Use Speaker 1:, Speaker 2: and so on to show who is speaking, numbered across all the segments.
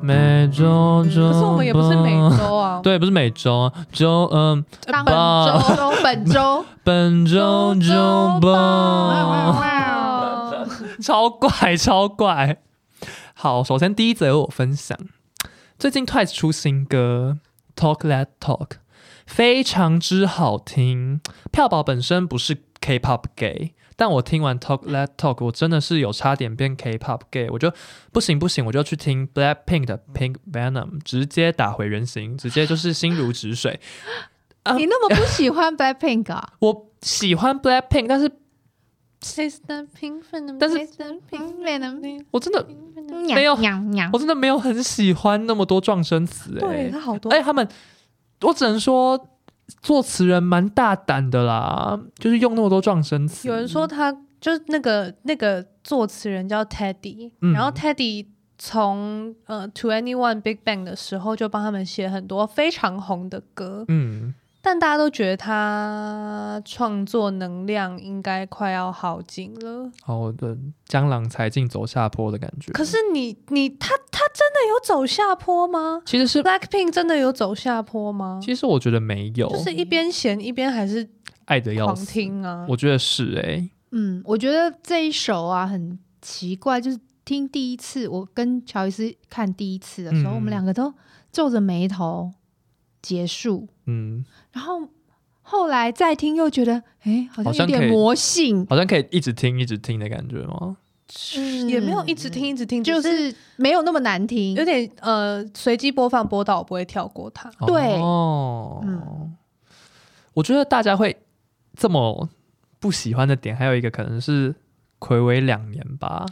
Speaker 1: 每周周，
Speaker 2: 可是我们也不是每周啊，
Speaker 1: 对，不是每周周，嗯，
Speaker 2: 当本
Speaker 3: 呃
Speaker 2: 周周本周，
Speaker 1: 本周周
Speaker 2: 哇
Speaker 1: 报，
Speaker 2: 哇哦，
Speaker 1: 超怪超怪。好，首先第一则我分享，最近 Twice 出新歌《Talk That Talk》，非常之好听。票宝本身不是 K-pop gay，但我听完《Talk That Talk》，我真的是有差点变 K-pop gay，我就不行不行，我就去听 Blackpink 的《Pink Venom》，直接打回原形，直接就是心如止水。啊
Speaker 2: 你那么不喜欢 Blackpink 啊？
Speaker 1: 我喜欢 Blackpink，但是
Speaker 2: Taste the pink venom，
Speaker 1: 但是
Speaker 2: Taste the pink venom，
Speaker 1: 我真的没
Speaker 2: 嗯没
Speaker 1: 有
Speaker 2: 娘娘
Speaker 1: 我，真的没有很喜欢那么多撞声词、
Speaker 2: 对
Speaker 1: 欸，
Speaker 2: 他好多
Speaker 1: 哎、，他们，我只能说作词人蛮大胆的啦，就是用那么多撞声词。
Speaker 3: 有人说他就是那个那个作词人叫 Teddy，、
Speaker 1: 嗯
Speaker 3: 然后 Teddy 从呃 To Anyone Big Bang 的时候就帮他们写很多非常红的歌，
Speaker 1: 嗯，
Speaker 3: 但大家都觉得他创作能量应该快要耗尽了。
Speaker 1: 好，我的江郎才尽走下坡的感觉。
Speaker 3: 可是你你他他真的有走下坡吗
Speaker 1: 其实是，
Speaker 3: ？Blackpink 真的有走下坡吗？
Speaker 1: 其实我觉得没有，
Speaker 3: 就是一边闲一边还是
Speaker 1: 爱的要
Speaker 3: 狂
Speaker 1: 死。
Speaker 3: 听啊！
Speaker 1: 我觉得是哎、
Speaker 2: 嗯，我觉得这一首啊很奇怪，就是听第一次，我跟乔伊斯看第一次的时候，
Speaker 1: 嗯
Speaker 2: 我们两个都皱着眉头结束，
Speaker 1: 嗯，
Speaker 2: 然后后来再听又觉得，哎，好
Speaker 1: 好
Speaker 2: 像
Speaker 1: 像
Speaker 2: 有
Speaker 1: 可以
Speaker 2: 点魔性，
Speaker 1: 好像可以一直听一直听的感觉吗？
Speaker 2: 嗯
Speaker 3: 也没有一直听一直听，
Speaker 2: 就
Speaker 3: 只是
Speaker 2: 是没有那么难听
Speaker 3: 有。点呃随机播放播到，我不会跳过它。
Speaker 2: 对
Speaker 1: 哦，
Speaker 2: 嗯
Speaker 1: 我觉得大家会这么不喜欢的点，还有一个可能是暌违两年吧。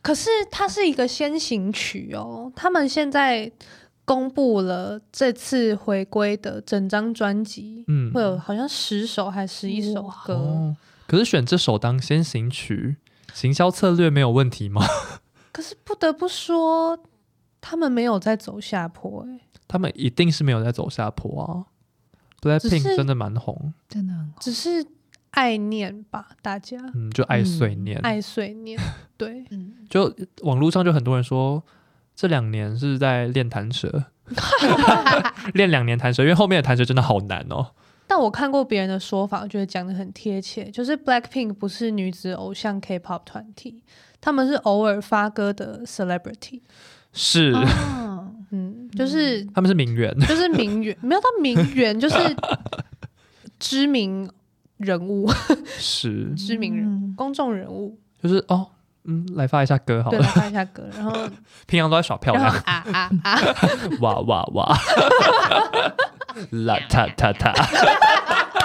Speaker 3: 可是它是一个先行曲哦，他们现在公布了这次回归的整张专辑，
Speaker 1: 嗯，
Speaker 3: 会有好像十首还是十一首歌。
Speaker 1: 哦。可是选这首当先行曲，行销策略没有问题吗？
Speaker 3: 可是不得不说，他们没有在走下坡、欸，
Speaker 1: 他们一定是没有在走下坡啊。
Speaker 3: 只
Speaker 1: Blackpink
Speaker 3: 是
Speaker 1: 真的蛮红，
Speaker 2: 真的很好，
Speaker 3: 只是爱念吧，大家、
Speaker 1: 嗯，就爱碎念，
Speaker 3: 爱碎 念，对，
Speaker 2: 嗯，
Speaker 1: 就网络上就很多人说，这两年是在练弹舌，
Speaker 2: 嗯
Speaker 1: 练两年弹舌，因为后面的弹舌真的好难哦。
Speaker 3: 但我看过别人的说法，我觉得讲的很贴切，就是 Blackpink 不是女子偶像 K-pop 团体，他们是偶尔发歌的 celebrity，
Speaker 1: 是，
Speaker 2: 哦
Speaker 3: 嗯，就是、
Speaker 1: 他们是名媛，
Speaker 3: 就是名媛，没有到名 媛，就是知名人物，
Speaker 1: 是，
Speaker 3: 知名人物、
Speaker 2: 嗯
Speaker 3: 公众人物，
Speaker 1: 就是哦，嗯，来发一下歌好
Speaker 3: 对，
Speaker 1: 了，
Speaker 3: 来发一下歌，然后
Speaker 1: 平常都在耍漂
Speaker 3: 然
Speaker 1: 亮
Speaker 3: 后，啊啊啊，
Speaker 1: 哇哇 哇，啦ta ta ta，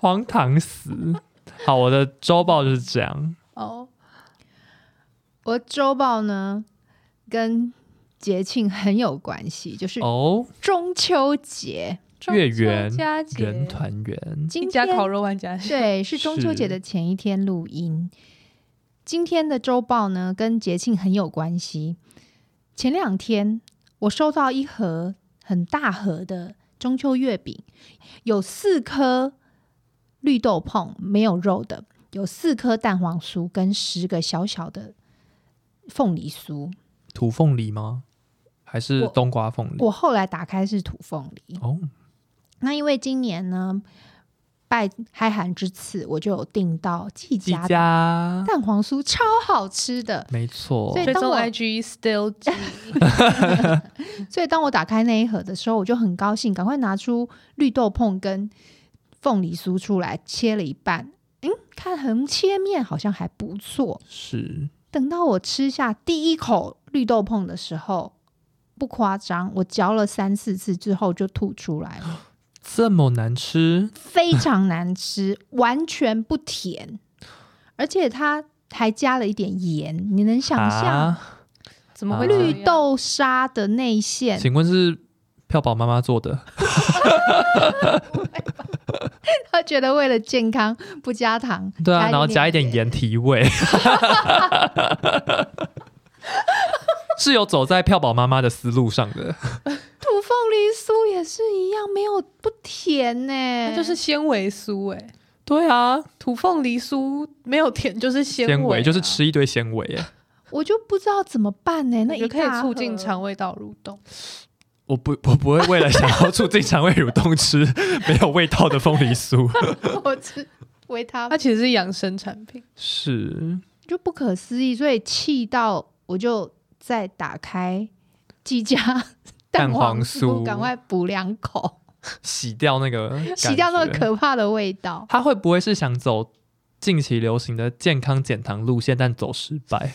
Speaker 1: 荒唐死！好，我的周报就是这样。
Speaker 3: 哦，
Speaker 2: 我周报呢跟节庆很有关系，就是
Speaker 1: 哦，
Speaker 2: 中秋节。
Speaker 1: 月圆
Speaker 3: 中秋佳节
Speaker 1: 人团圆，
Speaker 2: 今
Speaker 3: 一
Speaker 2: 天
Speaker 3: 家烤肉万家香，
Speaker 2: 对，是中秋节
Speaker 1: 是
Speaker 2: 的前一天录音。今天的周报呢，跟节庆很有关系。前两天我收到一盒很大盒的中秋月饼，有四颗绿豆椪没有肉的，有四颗蛋黄酥跟十个小小的凤梨酥。
Speaker 1: 土凤梨吗？还是
Speaker 2: 我
Speaker 1: 冬瓜凤
Speaker 3: 嗯
Speaker 1: 梨？
Speaker 2: 我后来打开是土凤梨，
Speaker 1: 哦，
Speaker 2: 那因为今年呢，拜嗨寒之赐，我就有订到季
Speaker 1: 季
Speaker 2: 家的
Speaker 1: 家，
Speaker 2: 蛋黄酥超好吃的，
Speaker 1: 没错
Speaker 2: 所，以
Speaker 3: 追
Speaker 2: 当
Speaker 3: 踪
Speaker 2: 我
Speaker 3: IG still G
Speaker 2: 所以当我打开那一盒的时候，我就很高兴，赶快拿出绿豆椪跟凤梨酥出来切了一半。嗯，看横切面好像还不错。
Speaker 1: 是
Speaker 2: 等到我吃下第一口绿豆椪的时候，不夸张，我嚼了三四次之后就吐出来了，
Speaker 1: 这么难吃，
Speaker 2: 非常难吃， 完全不甜，而且它还加了一点盐，你能想象
Speaker 1: 啊？
Speaker 3: 怎么会这样
Speaker 2: 绿？豆沙的内馅
Speaker 1: 请问是票宝妈妈做的？
Speaker 2: 他觉得为了健康不加糖，
Speaker 1: 对啊啊，然后加一
Speaker 2: 点
Speaker 1: 点盐提味，是有走在票宝妈妈的思路上的。
Speaker 2: 土凤梨酥也是一样，没有不甜呢、
Speaker 3: 它就是纤维酥哎、
Speaker 1: 对啊，
Speaker 3: 土凤梨酥没有甜就是纤
Speaker 1: 纤
Speaker 3: 维啊、
Speaker 1: 维就是吃一堆纤维耶。
Speaker 2: 我就不知道怎么办呢、那
Speaker 3: 也
Speaker 2: 一
Speaker 3: 可以
Speaker 2: 大
Speaker 3: 促进
Speaker 2: 盒
Speaker 3: 肠胃道蠕动。
Speaker 1: 我不，我不会为了想要促进肠胃蠕动吃 没有味道的凤梨酥。
Speaker 2: 我吃维他
Speaker 3: 它其实是养生产品，
Speaker 1: 是，
Speaker 2: 就不可思议，所以气到我就再打开几家
Speaker 1: 蛋
Speaker 2: 黄
Speaker 1: 黄酥
Speaker 2: 赶快补两口，
Speaker 1: 洗掉那个，
Speaker 2: 洗掉那个。可怕的味道。
Speaker 1: 他会不会是想走近期流行的健康减糖路线，但走失败？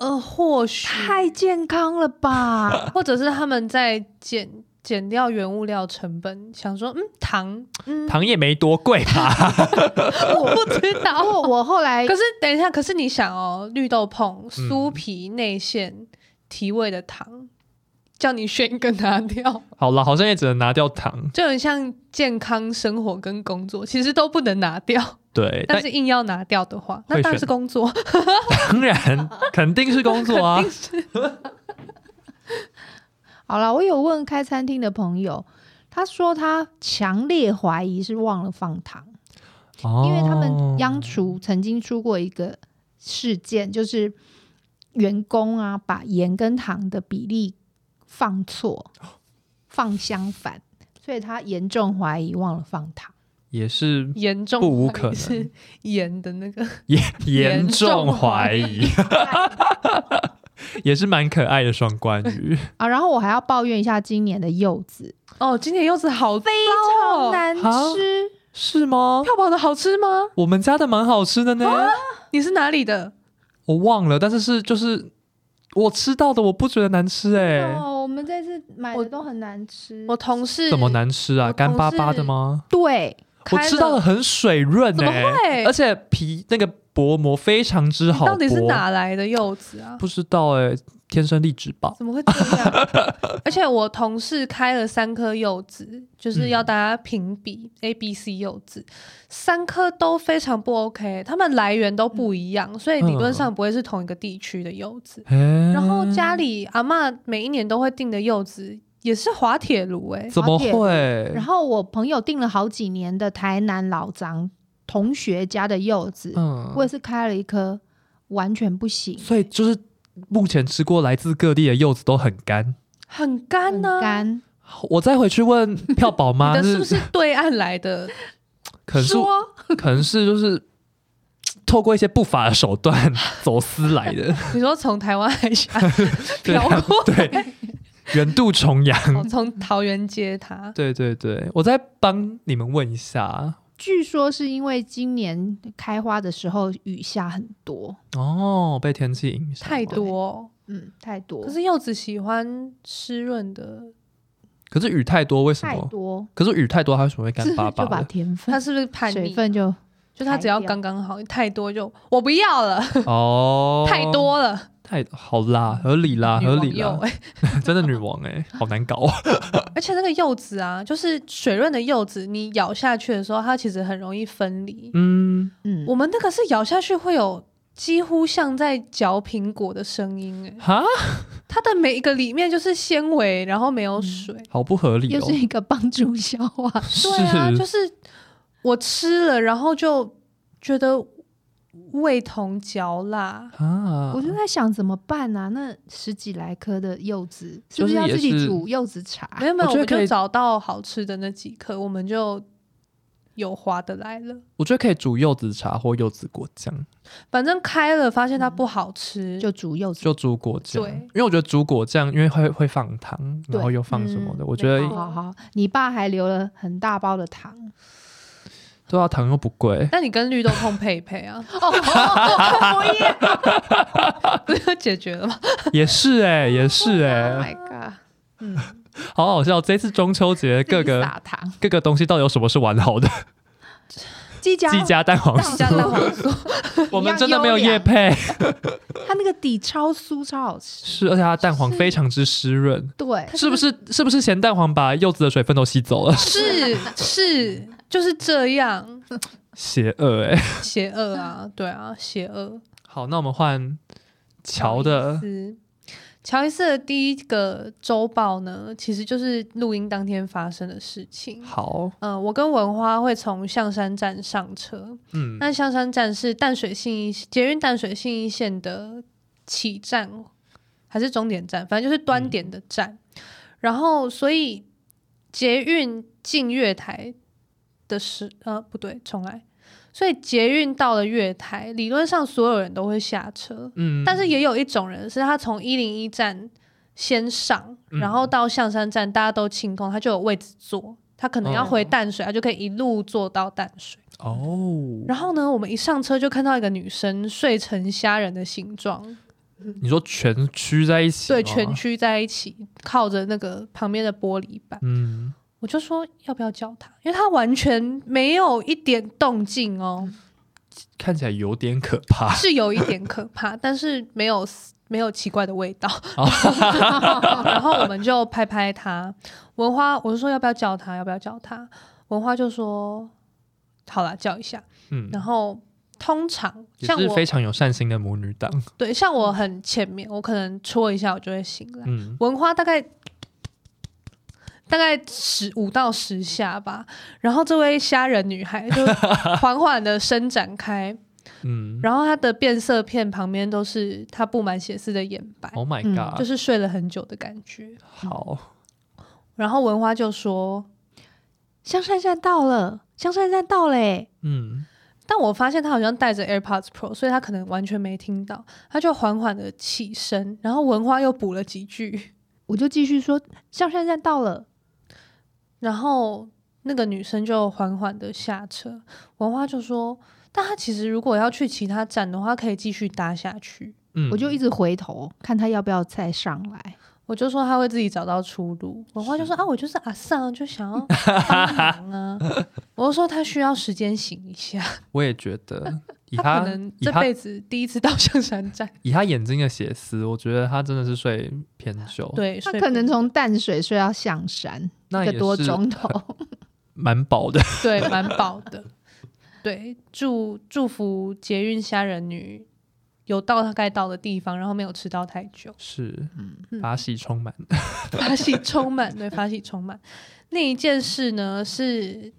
Speaker 3: 呃，或许
Speaker 2: 太健康了 吧！
Speaker 3: 或者是他们在减减掉原物料成本，想说嗯糖嗯
Speaker 1: 糖也没多贵吧？
Speaker 2: 我
Speaker 3: 不知 道。
Speaker 2: 我我后来
Speaker 3: 可是等一下，可是你想哦，绿豆
Speaker 1: 嗯
Speaker 3: 椪酥皮内馅提味的糖，叫你选一个拿掉，
Speaker 1: 好了，好像也只能拿掉糖。
Speaker 3: 就很像健康生活跟工作，其实都不能拿掉，
Speaker 1: 对，
Speaker 3: 但
Speaker 1: 但
Speaker 3: 是硬要拿掉的话，那
Speaker 1: 会
Speaker 3: 当
Speaker 1: 选
Speaker 3: 然是工作。
Speaker 1: 当然肯定是工作啊。
Speaker 2: 好了，我有问开餐厅的朋友，他说他强烈怀疑是忘了放糖。因为他们
Speaker 1: 哦
Speaker 2: 央厨曾经出过一个事件，就是员工啊把盐跟糖的比例放 错，放相反，所以他严重怀疑忘了放糖。
Speaker 1: 也是
Speaker 3: 严重
Speaker 1: 不无
Speaker 3: 怀疑
Speaker 1: 可能
Speaker 3: 是盐的那个，
Speaker 1: 严
Speaker 3: 严
Speaker 1: 严
Speaker 3: 重
Speaker 1: 重怀疑，也是蛮可爱的双关语。
Speaker 2: 啊，然后我还要抱怨一下今年的柚子
Speaker 3: 哦，今年柚子好哦非
Speaker 2: 哦好难
Speaker 1: 好
Speaker 2: 吃，
Speaker 1: 是吗？
Speaker 3: 跳宝的好吃吗？
Speaker 1: 我们家的蛮好吃的呢，
Speaker 3: 你是哪里的？
Speaker 1: 我忘了，但是是就是我吃到的，我不觉得难吃哎、
Speaker 2: 哦，我们这次买
Speaker 3: 我
Speaker 2: 的都很难吃。
Speaker 3: 我同事
Speaker 1: 怎么难吃啊？
Speaker 3: 我
Speaker 1: 干巴巴
Speaker 3: 同事
Speaker 1: 的吗？
Speaker 2: 哦对，
Speaker 1: 我
Speaker 3: 开
Speaker 1: 吃到的
Speaker 3: 了
Speaker 1: 很水润
Speaker 3: 怎
Speaker 1: 哎、
Speaker 3: 么会
Speaker 1: 而且皮那个薄膜非常之
Speaker 3: 你
Speaker 1: 好薄。
Speaker 3: 到底是哪来的柚子啊？
Speaker 1: 不知道哎、天生丽质吧？
Speaker 3: 怎么会这样？ 而且我同事开了三颗柚子，就是
Speaker 1: 嗯
Speaker 3: 要大家评比 A、B、C 柚子，三颗都非常不 OK，它们来源都不一样，所以理
Speaker 1: 嗯
Speaker 3: 论上不会是同一个地区的柚子。
Speaker 1: 哎、
Speaker 3: 然后家里阿嬷每一年都会订的柚子也是滑铁卢哎、
Speaker 1: 怎么
Speaker 2: 滑铁卢
Speaker 1: 会
Speaker 2: 然？后我朋友订了好几年的台南老张同学家的柚子，
Speaker 1: 嗯
Speaker 2: 我也是开了一颗，完全不行，
Speaker 1: 所以就是目前吃过来自各地的柚子都很干。
Speaker 3: 很干
Speaker 2: 很
Speaker 3: 呢、
Speaker 2: 干。
Speaker 1: 我再回去问票宝
Speaker 3: 你
Speaker 1: 妈，
Speaker 3: 的是
Speaker 1: 是
Speaker 3: 不是对岸来的？
Speaker 1: 可能是
Speaker 3: 说
Speaker 1: 可能是就是透过一些不法的手段走私来的，
Speaker 3: 你说从台湾海峡
Speaker 1: 对啊
Speaker 3: 飘过来，
Speaker 1: 对，远渡重洋。
Speaker 3: 哦从桃园接 他。
Speaker 1: 对对对，我再帮你们问一下
Speaker 2: 据说是因为今年开花的时候雨下很多，
Speaker 1: 哦，被天气影响
Speaker 3: 太
Speaker 1: 吗，
Speaker 3: 多哦、
Speaker 2: 嗯，太多，
Speaker 3: 可是柚子喜欢湿润的，
Speaker 1: 可是雨太多，为什
Speaker 2: 太
Speaker 1: 么？
Speaker 2: 多，
Speaker 1: 可是雨太多，它为什么会干巴
Speaker 2: 就把
Speaker 1: 巴的？
Speaker 2: 甜
Speaker 3: 它
Speaker 2: 分、
Speaker 3: 是不是叛
Speaker 2: 水
Speaker 3: 逆？
Speaker 2: 分就
Speaker 3: 就它只要刚刚好，太多就我不要了，
Speaker 1: 哦，
Speaker 3: 太多了，
Speaker 1: 太好啦，合理啦，
Speaker 3: 女
Speaker 1: 合
Speaker 3: 王
Speaker 1: 理
Speaker 3: 柚
Speaker 1: 啦，
Speaker 3: 哎。
Speaker 1: 真的女王哎、好难 搞哦。
Speaker 3: 而且那个柚子啊，就是水润的柚子，你咬下去的时候，它其实很容易分离。
Speaker 1: 嗯，
Speaker 2: 嗯，
Speaker 3: 我们那个是咬下去会有几乎像在嚼苹果的声音哎，
Speaker 1: 哈，
Speaker 3: 它的每一个里面就是纤维，然后没有水。
Speaker 1: 好不合理
Speaker 2: 又
Speaker 1: 哦。
Speaker 2: 是一个帮助消化。
Speaker 1: 是
Speaker 3: 对啊，就是我吃了，然后就觉得味同嚼蜡。
Speaker 1: 啊
Speaker 2: 我就在想怎么办啊？那十几来颗的柚子，是
Speaker 1: 就
Speaker 2: 不
Speaker 1: 是
Speaker 2: 要
Speaker 1: 也
Speaker 2: 自己
Speaker 1: 是
Speaker 2: 煮柚子茶
Speaker 3: 没？有没有，
Speaker 1: 我
Speaker 3: 我
Speaker 1: 觉得
Speaker 3: 们
Speaker 1: 可
Speaker 3: 就
Speaker 1: 以
Speaker 3: 找到好吃的那几颗，我们就有划得来了。
Speaker 1: 我觉得可以煮柚子茶或柚子果酱，
Speaker 3: 反正开了，发现它不好吃，
Speaker 1: 嗯
Speaker 2: 就煮柚子
Speaker 1: 就煮果酱
Speaker 3: 对，
Speaker 1: 因为我觉得煮果酱，因为会会放糖，
Speaker 2: 对
Speaker 1: 然后又放什么的，
Speaker 3: 嗯
Speaker 1: 我觉得
Speaker 3: 没
Speaker 2: 好好好，你爸还留了很大包的糖，
Speaker 1: 对啊，糖又不贵，
Speaker 3: 那你跟绿豆碰配一配啊，
Speaker 2: 哦，不要
Speaker 3: 不就解决了吗？
Speaker 1: 也是哎、也是
Speaker 2: ，Oh
Speaker 1: 哎、
Speaker 2: my god，
Speaker 3: 嗯，
Speaker 1: 好好笑。这次中秋节 各
Speaker 2: 自己
Speaker 1: 个
Speaker 2: 撒糖，
Speaker 1: 各个东西到底有什么是完好的？
Speaker 2: 鸡加
Speaker 1: 季家蛋黄
Speaker 2: 蛋
Speaker 3: 加
Speaker 1: 酥，
Speaker 3: 蛋黄酥，
Speaker 1: 我们真的没有夜配，
Speaker 2: 它那个底超酥，超好吃。
Speaker 1: 是，而且它的蛋黄非常之湿润，
Speaker 2: 对，
Speaker 1: 是不是？是不是咸蛋黄把柚子的水分都吸走了？
Speaker 3: 是是，就是这样，
Speaker 1: 邪恶哎、
Speaker 3: 邪恶啊，对啊，邪恶。
Speaker 1: 好，那我们换乔的
Speaker 3: 是乔伊斯的第一个周报呢，其实就是录音当天发生的事情。
Speaker 1: 好，
Speaker 3: 嗯、我跟文花会从象山站上车，
Speaker 1: 嗯，
Speaker 3: 那象山站是淡水信义捷运淡水信义线的起站还是终点站，反正就是端点的站。
Speaker 1: 嗯
Speaker 3: 然后，所以捷运进月台的时，呃，不对，重来。所以捷运到了月台，理论上所有人都会下车，
Speaker 1: 嗯，
Speaker 3: 但是也有一种人是他从一零一站先上，
Speaker 1: 嗯
Speaker 3: 然后到象山站大家都清空，他就有位置坐，他可能要回
Speaker 2: 哦
Speaker 3: 淡水，他就可以一路坐到淡水。
Speaker 1: 哦，
Speaker 3: 然后呢，我们一上车就看到一个女生睡成虾人的形状，啊
Speaker 1: 你说全区在一起，
Speaker 3: 对，蜷，曲在一起，靠着那个旁边的玻璃板。
Speaker 1: 嗯，
Speaker 3: 我就说要不要叫她，因为她完全没有一点动静 哦，
Speaker 1: 看起来有点可怕，
Speaker 3: 是有一点可怕，但是没有没有奇怪的味道。 然后我们就拍拍她，文花，我就说要不要叫她，要不要叫她？文花就说好啦，叫一下。
Speaker 1: 嗯，
Speaker 3: 然后通常
Speaker 1: 也
Speaker 3: 像
Speaker 1: 是
Speaker 3: 我
Speaker 1: 非常有善心的母女 档，
Speaker 3: 对，像我很浅眠，我可能戳一下我就会醒来。
Speaker 1: 嗯，
Speaker 3: 文花大概大概十五到十下吧，然后这位虾人女孩就缓缓的伸展开，
Speaker 1: 嗯
Speaker 3: 然后她的变色片旁边都是她布满血丝的眼白，
Speaker 1: ，Oh my
Speaker 2: 嗯
Speaker 1: god，、
Speaker 3: 就是睡了很久的感觉。
Speaker 1: 好，
Speaker 3: 然后文花就说
Speaker 2: 香山站到了，香山站到了欸，
Speaker 1: 嗯，：“
Speaker 3: 但我发现她好像带着 AirPods Pro，所以她可能完全没听到。”她就缓缓的起身，然后文花又补了几句。
Speaker 2: 我就继续说香山站到了。
Speaker 3: 然后那个女生就缓缓的下车，文花就说：“但她其实如果要去其他站的话，可以继续搭下去。
Speaker 1: 嗯，
Speaker 2: 我就一直回头看他要不要再上来。”
Speaker 3: 我就说她会自己找到出路。文花就说：“啊，我就是阿丧，就想要帮忙啊。”我就说她需要时间醒一下，
Speaker 1: 我也觉 得，以
Speaker 3: 她
Speaker 1: 他
Speaker 3: 可能
Speaker 1: 以哦
Speaker 3: 这
Speaker 1: 他
Speaker 3: 辈子第一次到象山站，
Speaker 1: 以他眼睛的血丝，我觉得他真的是睡偏久，，
Speaker 3: 对，
Speaker 2: 他
Speaker 3: 所以
Speaker 2: 可能从淡水睡到象山，
Speaker 1: 那
Speaker 2: 一
Speaker 1: 也
Speaker 2: 个多
Speaker 1: 是
Speaker 2: 钟头。
Speaker 1: 蛮饱 的，
Speaker 3: 对蛮饱的。对，祝祝福捷运虾人女有到她该到的地方，然后没有迟到太久。
Speaker 1: 是
Speaker 2: 嗯，
Speaker 1: 把喜充满，
Speaker 3: 发喜充满，对，发喜充满。另一件事呢是，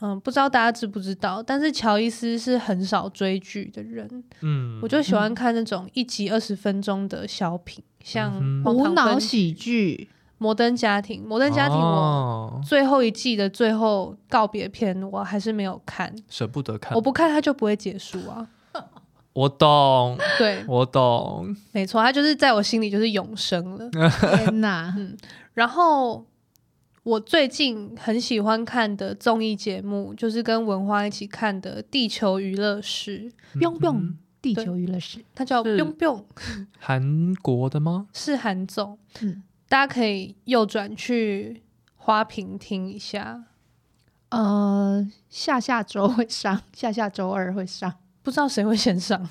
Speaker 3: 嗯，不知道大家知不知道，但是乔伊斯是很少追剧的人，
Speaker 1: 嗯，
Speaker 3: 我就喜欢看那种一集二十分钟的小品，像
Speaker 1: 嗯
Speaker 3: 《
Speaker 1: 哼
Speaker 2: 无脑喜》剧，
Speaker 3: 《摩登家庭》。《摩登家庭》我
Speaker 1: 哦
Speaker 3: 最后一季的最后告别篇我还是没有看，
Speaker 1: 舍不得看
Speaker 3: 我，不看它就不会结束啊。
Speaker 1: 我懂，
Speaker 3: 对，
Speaker 1: 我懂，
Speaker 3: 没错，它就是在我心里就是永生了。
Speaker 2: 天哪！
Speaker 3: 然后我最近很喜欢看的综艺节目，就是跟文花一起看的《地球娱乐室》，
Speaker 2: 不用不用
Speaker 1: 嗯，
Speaker 2: 地
Speaker 3: 对
Speaker 2: 球娱乐室，
Speaker 3: 它叫
Speaker 1: 是
Speaker 3: “biu biu”，
Speaker 1: 韩国的吗？
Speaker 3: 是韩综，
Speaker 2: 嗯
Speaker 3: 大家可以右转去花瓶听一下。
Speaker 2: 呃，下下周会上， 下下周二会上，
Speaker 3: 不知道谁会先上，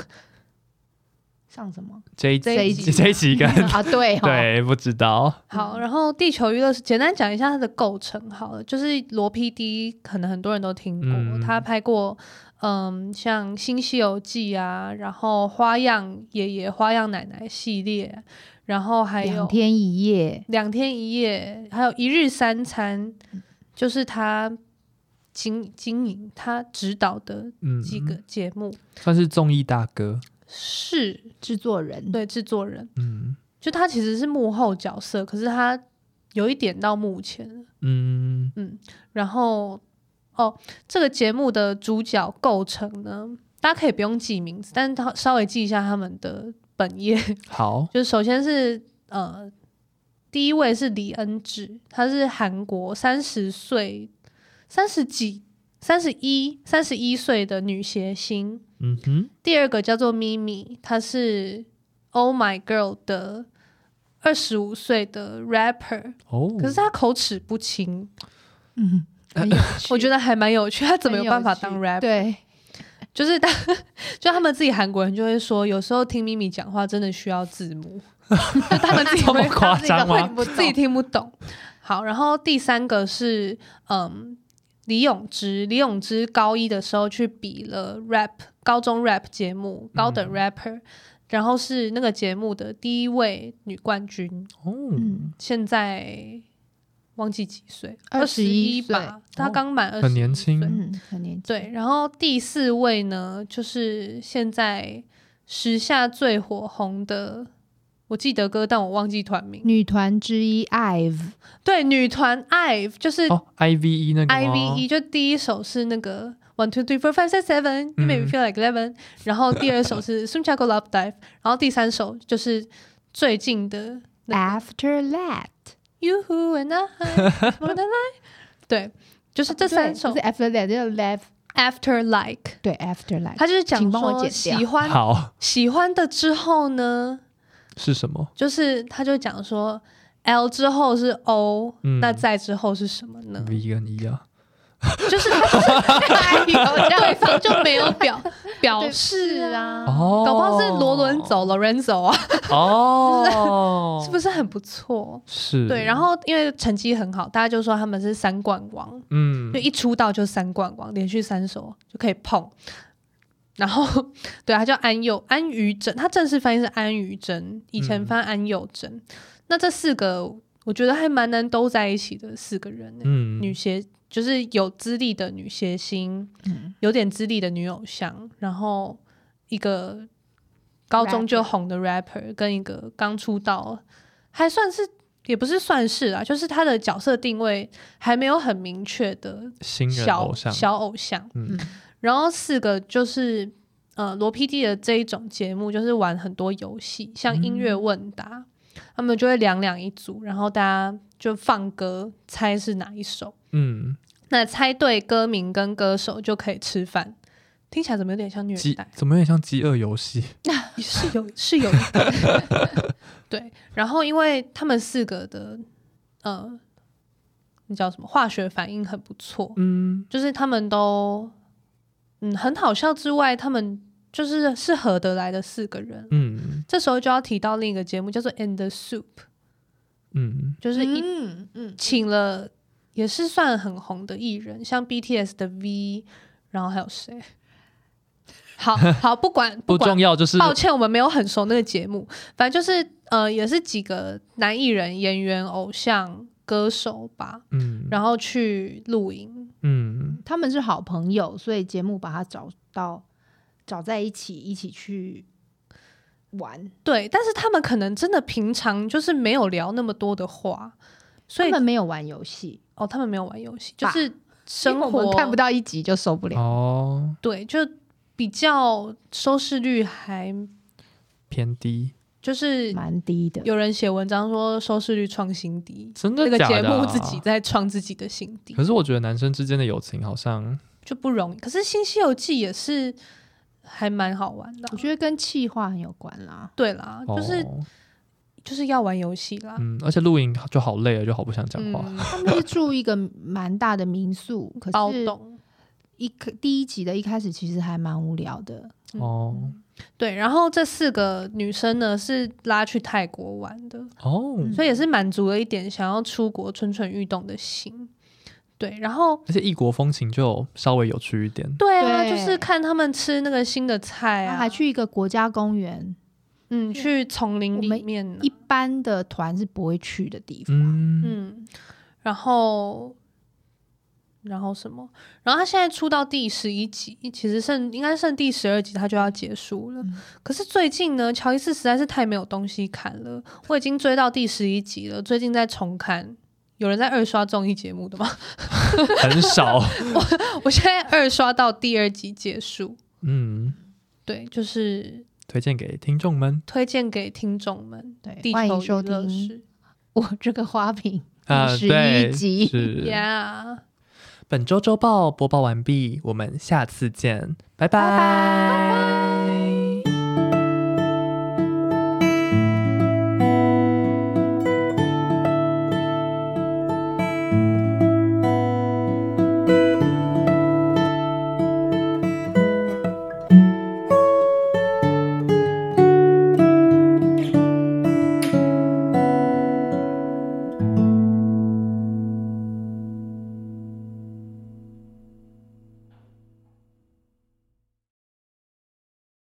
Speaker 2: 上什么
Speaker 1: 这一
Speaker 3: 这一集
Speaker 1: 这一集跟
Speaker 2: 啊？对哈，
Speaker 1: 对不知道，
Speaker 3: 好，然后地球娱乐室简单讲一下它的构成好了，就是罗 PD 可能很多人都听过，
Speaker 1: 嗯
Speaker 3: 他拍过嗯像《新西游记》啊，然后《花样爷爷》《花样奶奶》系列，然后还有
Speaker 2: 两天一夜，
Speaker 3: 两天一夜，还有一日三餐，就是他经经营他指导的
Speaker 1: 嗯，
Speaker 3: 几个节目、
Speaker 1: 算是综艺大哥，
Speaker 3: 是
Speaker 2: 制作人，
Speaker 3: 对制作人，
Speaker 1: 嗯
Speaker 3: 就他其实是幕后角色，可是他有一点到幕前了
Speaker 1: 嗯
Speaker 3: 然后哦，这个节目的主角构成呢，大家可以不用记名字，但是他稍微记一下他们的本业，
Speaker 1: 好，
Speaker 3: 就是首先是呃，第一位是李恩智，他是韩国三十岁、三十几、三十一、三十一岁的女谐星。
Speaker 1: 嗯哼，
Speaker 3: 第二个叫做咪咪，她是 Oh My Girl 的二十五岁的 rapper，
Speaker 1: 哦，
Speaker 3: 可是她口齿不清，
Speaker 2: 嗯，很有
Speaker 3: 我觉
Speaker 2: 得
Speaker 3: 得还蛮有趣。她怎么有办法当 rapper？
Speaker 2: 对，
Speaker 3: 就是他，就他们自己韩国人就会说，有时候听咪咪讲话真的需要字 幕，就他们自己
Speaker 1: 这么
Speaker 3: 会
Speaker 1: 夸张吗？
Speaker 2: 我
Speaker 3: 自己听不懂。好，然后第三个是嗯，李永芝，李永嗯芝高一的时候去比了 rap 高中 rap 节目高等 rapper，、然后是那个节目的第一位女冠军，
Speaker 1: 哦，
Speaker 2: 嗯，
Speaker 3: 现在忘记几岁，
Speaker 2: 21岁
Speaker 3: 吧，她刚满二十，
Speaker 1: 很年轻
Speaker 3: 对
Speaker 2: 嗯，很年轻，
Speaker 3: 对，然后第四位呢，就是现在时下最火红的，我记得歌，但我忘记团名。
Speaker 2: 女团之一 IVE，
Speaker 3: 对，女团 IVE 就是
Speaker 1: 哦，I V E 那个
Speaker 3: I
Speaker 1: 吗
Speaker 3: V E，就第一首是那个 One Two Three Four Five Six Seven，You Make Me
Speaker 1: 嗯
Speaker 3: Feel Like Eleven，然后第二首是 Soon Chago Love Dive，然后第三首就是最近的那个
Speaker 2: After That，
Speaker 3: You Who and I More Than I，对，就是哦这三首
Speaker 2: 哦对不是 After That，就是 Left，
Speaker 3: After Like，
Speaker 2: 对 After That，
Speaker 3: 他就是讲
Speaker 2: 请帮我
Speaker 3: 说
Speaker 2: 剪掉
Speaker 3: 喜欢
Speaker 1: 好
Speaker 3: 喜欢的之后呢，
Speaker 1: 是什么？
Speaker 3: 就是他就讲说 L 之后是 O，、
Speaker 1: 嗯
Speaker 3: 那再之后是什么呢？
Speaker 1: V 跟 E 啊，
Speaker 3: 就是他就是
Speaker 2: 哎呦
Speaker 3: 对方就没有 表表
Speaker 2: 对
Speaker 3: 示
Speaker 2: 是
Speaker 3: 啊
Speaker 2: 啊。
Speaker 1: 哦，
Speaker 3: 搞不好是罗伦走 Lorenzo 啊，，
Speaker 1: 哦
Speaker 3: 是不是很不错？
Speaker 1: 是？
Speaker 3: 对，然后因为成绩很好，大家就说他们是三冠王，
Speaker 1: 嗯
Speaker 3: 就，一出道就三冠王，连续三首就可以碰。然后， 对，他叫安宥安于真，他正式翻译是安于真，以前
Speaker 1: 嗯
Speaker 3: 翻安宥真。那这四个，我觉得还蛮难兜在一起的四个人、呢。欸
Speaker 1: 嗯
Speaker 3: 女谐就是有资历的女谐星，
Speaker 2: 嗯
Speaker 3: 有点资历的女偶像，然后一个高中就
Speaker 2: Rapper
Speaker 3: 红的 rapper，跟一个刚出道，还算是也不是算是啊，就是她的角色定位还没有很明确的
Speaker 1: 新人
Speaker 3: 小
Speaker 1: 偶像，
Speaker 3: 小偶像。
Speaker 1: 嗯
Speaker 2: 嗯
Speaker 3: 然后四个就是呃罗 PD 的这一种节目，就是玩很多游戏，像音乐问
Speaker 1: 嗯
Speaker 3: 答，他们就会两两一组，然后大家就放歌，猜是哪一首。
Speaker 1: 嗯，
Speaker 3: 那猜对歌名跟歌手就可以吃饭。听起来怎么有点像虐
Speaker 1: 饥
Speaker 3: 待？
Speaker 1: 怎么有点像饥饿游戏？
Speaker 3: 是有是有一点， 对。然后因为他们四个的呃，那叫什么化学反应很不错，
Speaker 1: 嗯，
Speaker 3: 就是他们都嗯很好笑之外，他们就是是合得来的四个人。
Speaker 1: 嗯
Speaker 3: 这时候就要提到另一个节目叫做《In the Soup》，
Speaker 1: 嗯
Speaker 3: 就是一
Speaker 2: 嗯嗯，
Speaker 3: 请了也是算很红的艺人，像 BTS 的 V，然后还有谁？好 好，不管
Speaker 1: 不
Speaker 3: 管
Speaker 1: 重，要，就是
Speaker 3: 抱歉，我们没有很熟那个节目。反正就是呃，也是几个男艺人、演员、偶像、歌手吧，
Speaker 1: 嗯
Speaker 3: 然后去露营。
Speaker 1: 嗯
Speaker 2: 他们是好朋友，所以节目把他找到找在一起，一起去玩。
Speaker 3: 对，但是他们可能真的平常就是没有聊那么多的话，所
Speaker 2: 他
Speaker 3: 以
Speaker 2: 们没有玩游戏，
Speaker 3: 哦，他们没有玩游戏，就
Speaker 2: 吧
Speaker 3: 是生
Speaker 2: 因为我
Speaker 3: 活
Speaker 2: 们看不到一集就受不了。
Speaker 1: 哦
Speaker 3: 对，就比较收视率还
Speaker 1: 偏低，
Speaker 3: 就是
Speaker 2: 蛮低的，
Speaker 3: 有人写文章说收视率创新低，
Speaker 1: 真
Speaker 3: 这
Speaker 1: 的
Speaker 3: 个
Speaker 1: 假
Speaker 3: 节
Speaker 1: 的
Speaker 3: 目
Speaker 1: 啊？
Speaker 3: 自己在创自己的新低
Speaker 1: 可，是我觉得男生之间的友情好像
Speaker 3: 就不容易。可是《新西游记》也是还蛮好玩的啊
Speaker 2: 我。觉得跟气化很有关啦。
Speaker 3: 对啦，啊就是、啊
Speaker 1: 哦
Speaker 3: 就是要玩游戏啦。
Speaker 1: 嗯，而且露营就好累了，就好不想讲话。
Speaker 3: 嗯，
Speaker 2: 他们是住一个蛮大的民宿，可
Speaker 3: 包
Speaker 2: 是
Speaker 3: 懂。
Speaker 2: 一开第一集的一开始其实还蛮无聊的。
Speaker 3: 嗯
Speaker 1: 哦
Speaker 3: 对，然后这四个女生呢是拉去泰国玩的，
Speaker 1: 哦，
Speaker 2: 嗯
Speaker 3: 所以也是满足了一点想要出国蠢蠢欲动的心。对，然后
Speaker 1: 而且异国风情就稍微有趣一点。
Speaker 3: 对啊，
Speaker 2: 对
Speaker 3: 就是看他们吃那个新的菜
Speaker 2: 他
Speaker 3: 啊，
Speaker 2: 还去一个国家公园，
Speaker 3: 嗯去丛林
Speaker 2: 我
Speaker 3: 里
Speaker 2: 们
Speaker 3: 面啊、
Speaker 2: 一般的团是不会去的地方。
Speaker 1: 嗯
Speaker 3: 嗯，然后，然后什么？然后他现在出到第十一集，其实剩应该剩第十二集，他就要结束了。
Speaker 2: 嗯
Speaker 3: 可是最近呢，乔伊斯实在是太没有东西看了，我已经追到第十一集了，最近在重看。有人在二刷综艺节目的吗？
Speaker 1: 很少。
Speaker 3: 我现在二刷到第二集结束。
Speaker 1: 嗯，
Speaker 3: 对，就是
Speaker 1: 推荐给听众们
Speaker 3: 推荐给听众们。
Speaker 2: 对，
Speaker 3: 地
Speaker 2: 欢
Speaker 3: 球
Speaker 2: 迎收
Speaker 3: 娱乐
Speaker 2: 听
Speaker 3: 室
Speaker 2: 我这个花瓶
Speaker 1: 啊，
Speaker 2: 第十
Speaker 1: 对
Speaker 2: 一集。
Speaker 1: 是。
Speaker 3: ，Yeah，
Speaker 1: 本周周报播报完毕，我们下次见，拜拜。
Speaker 2: 拜拜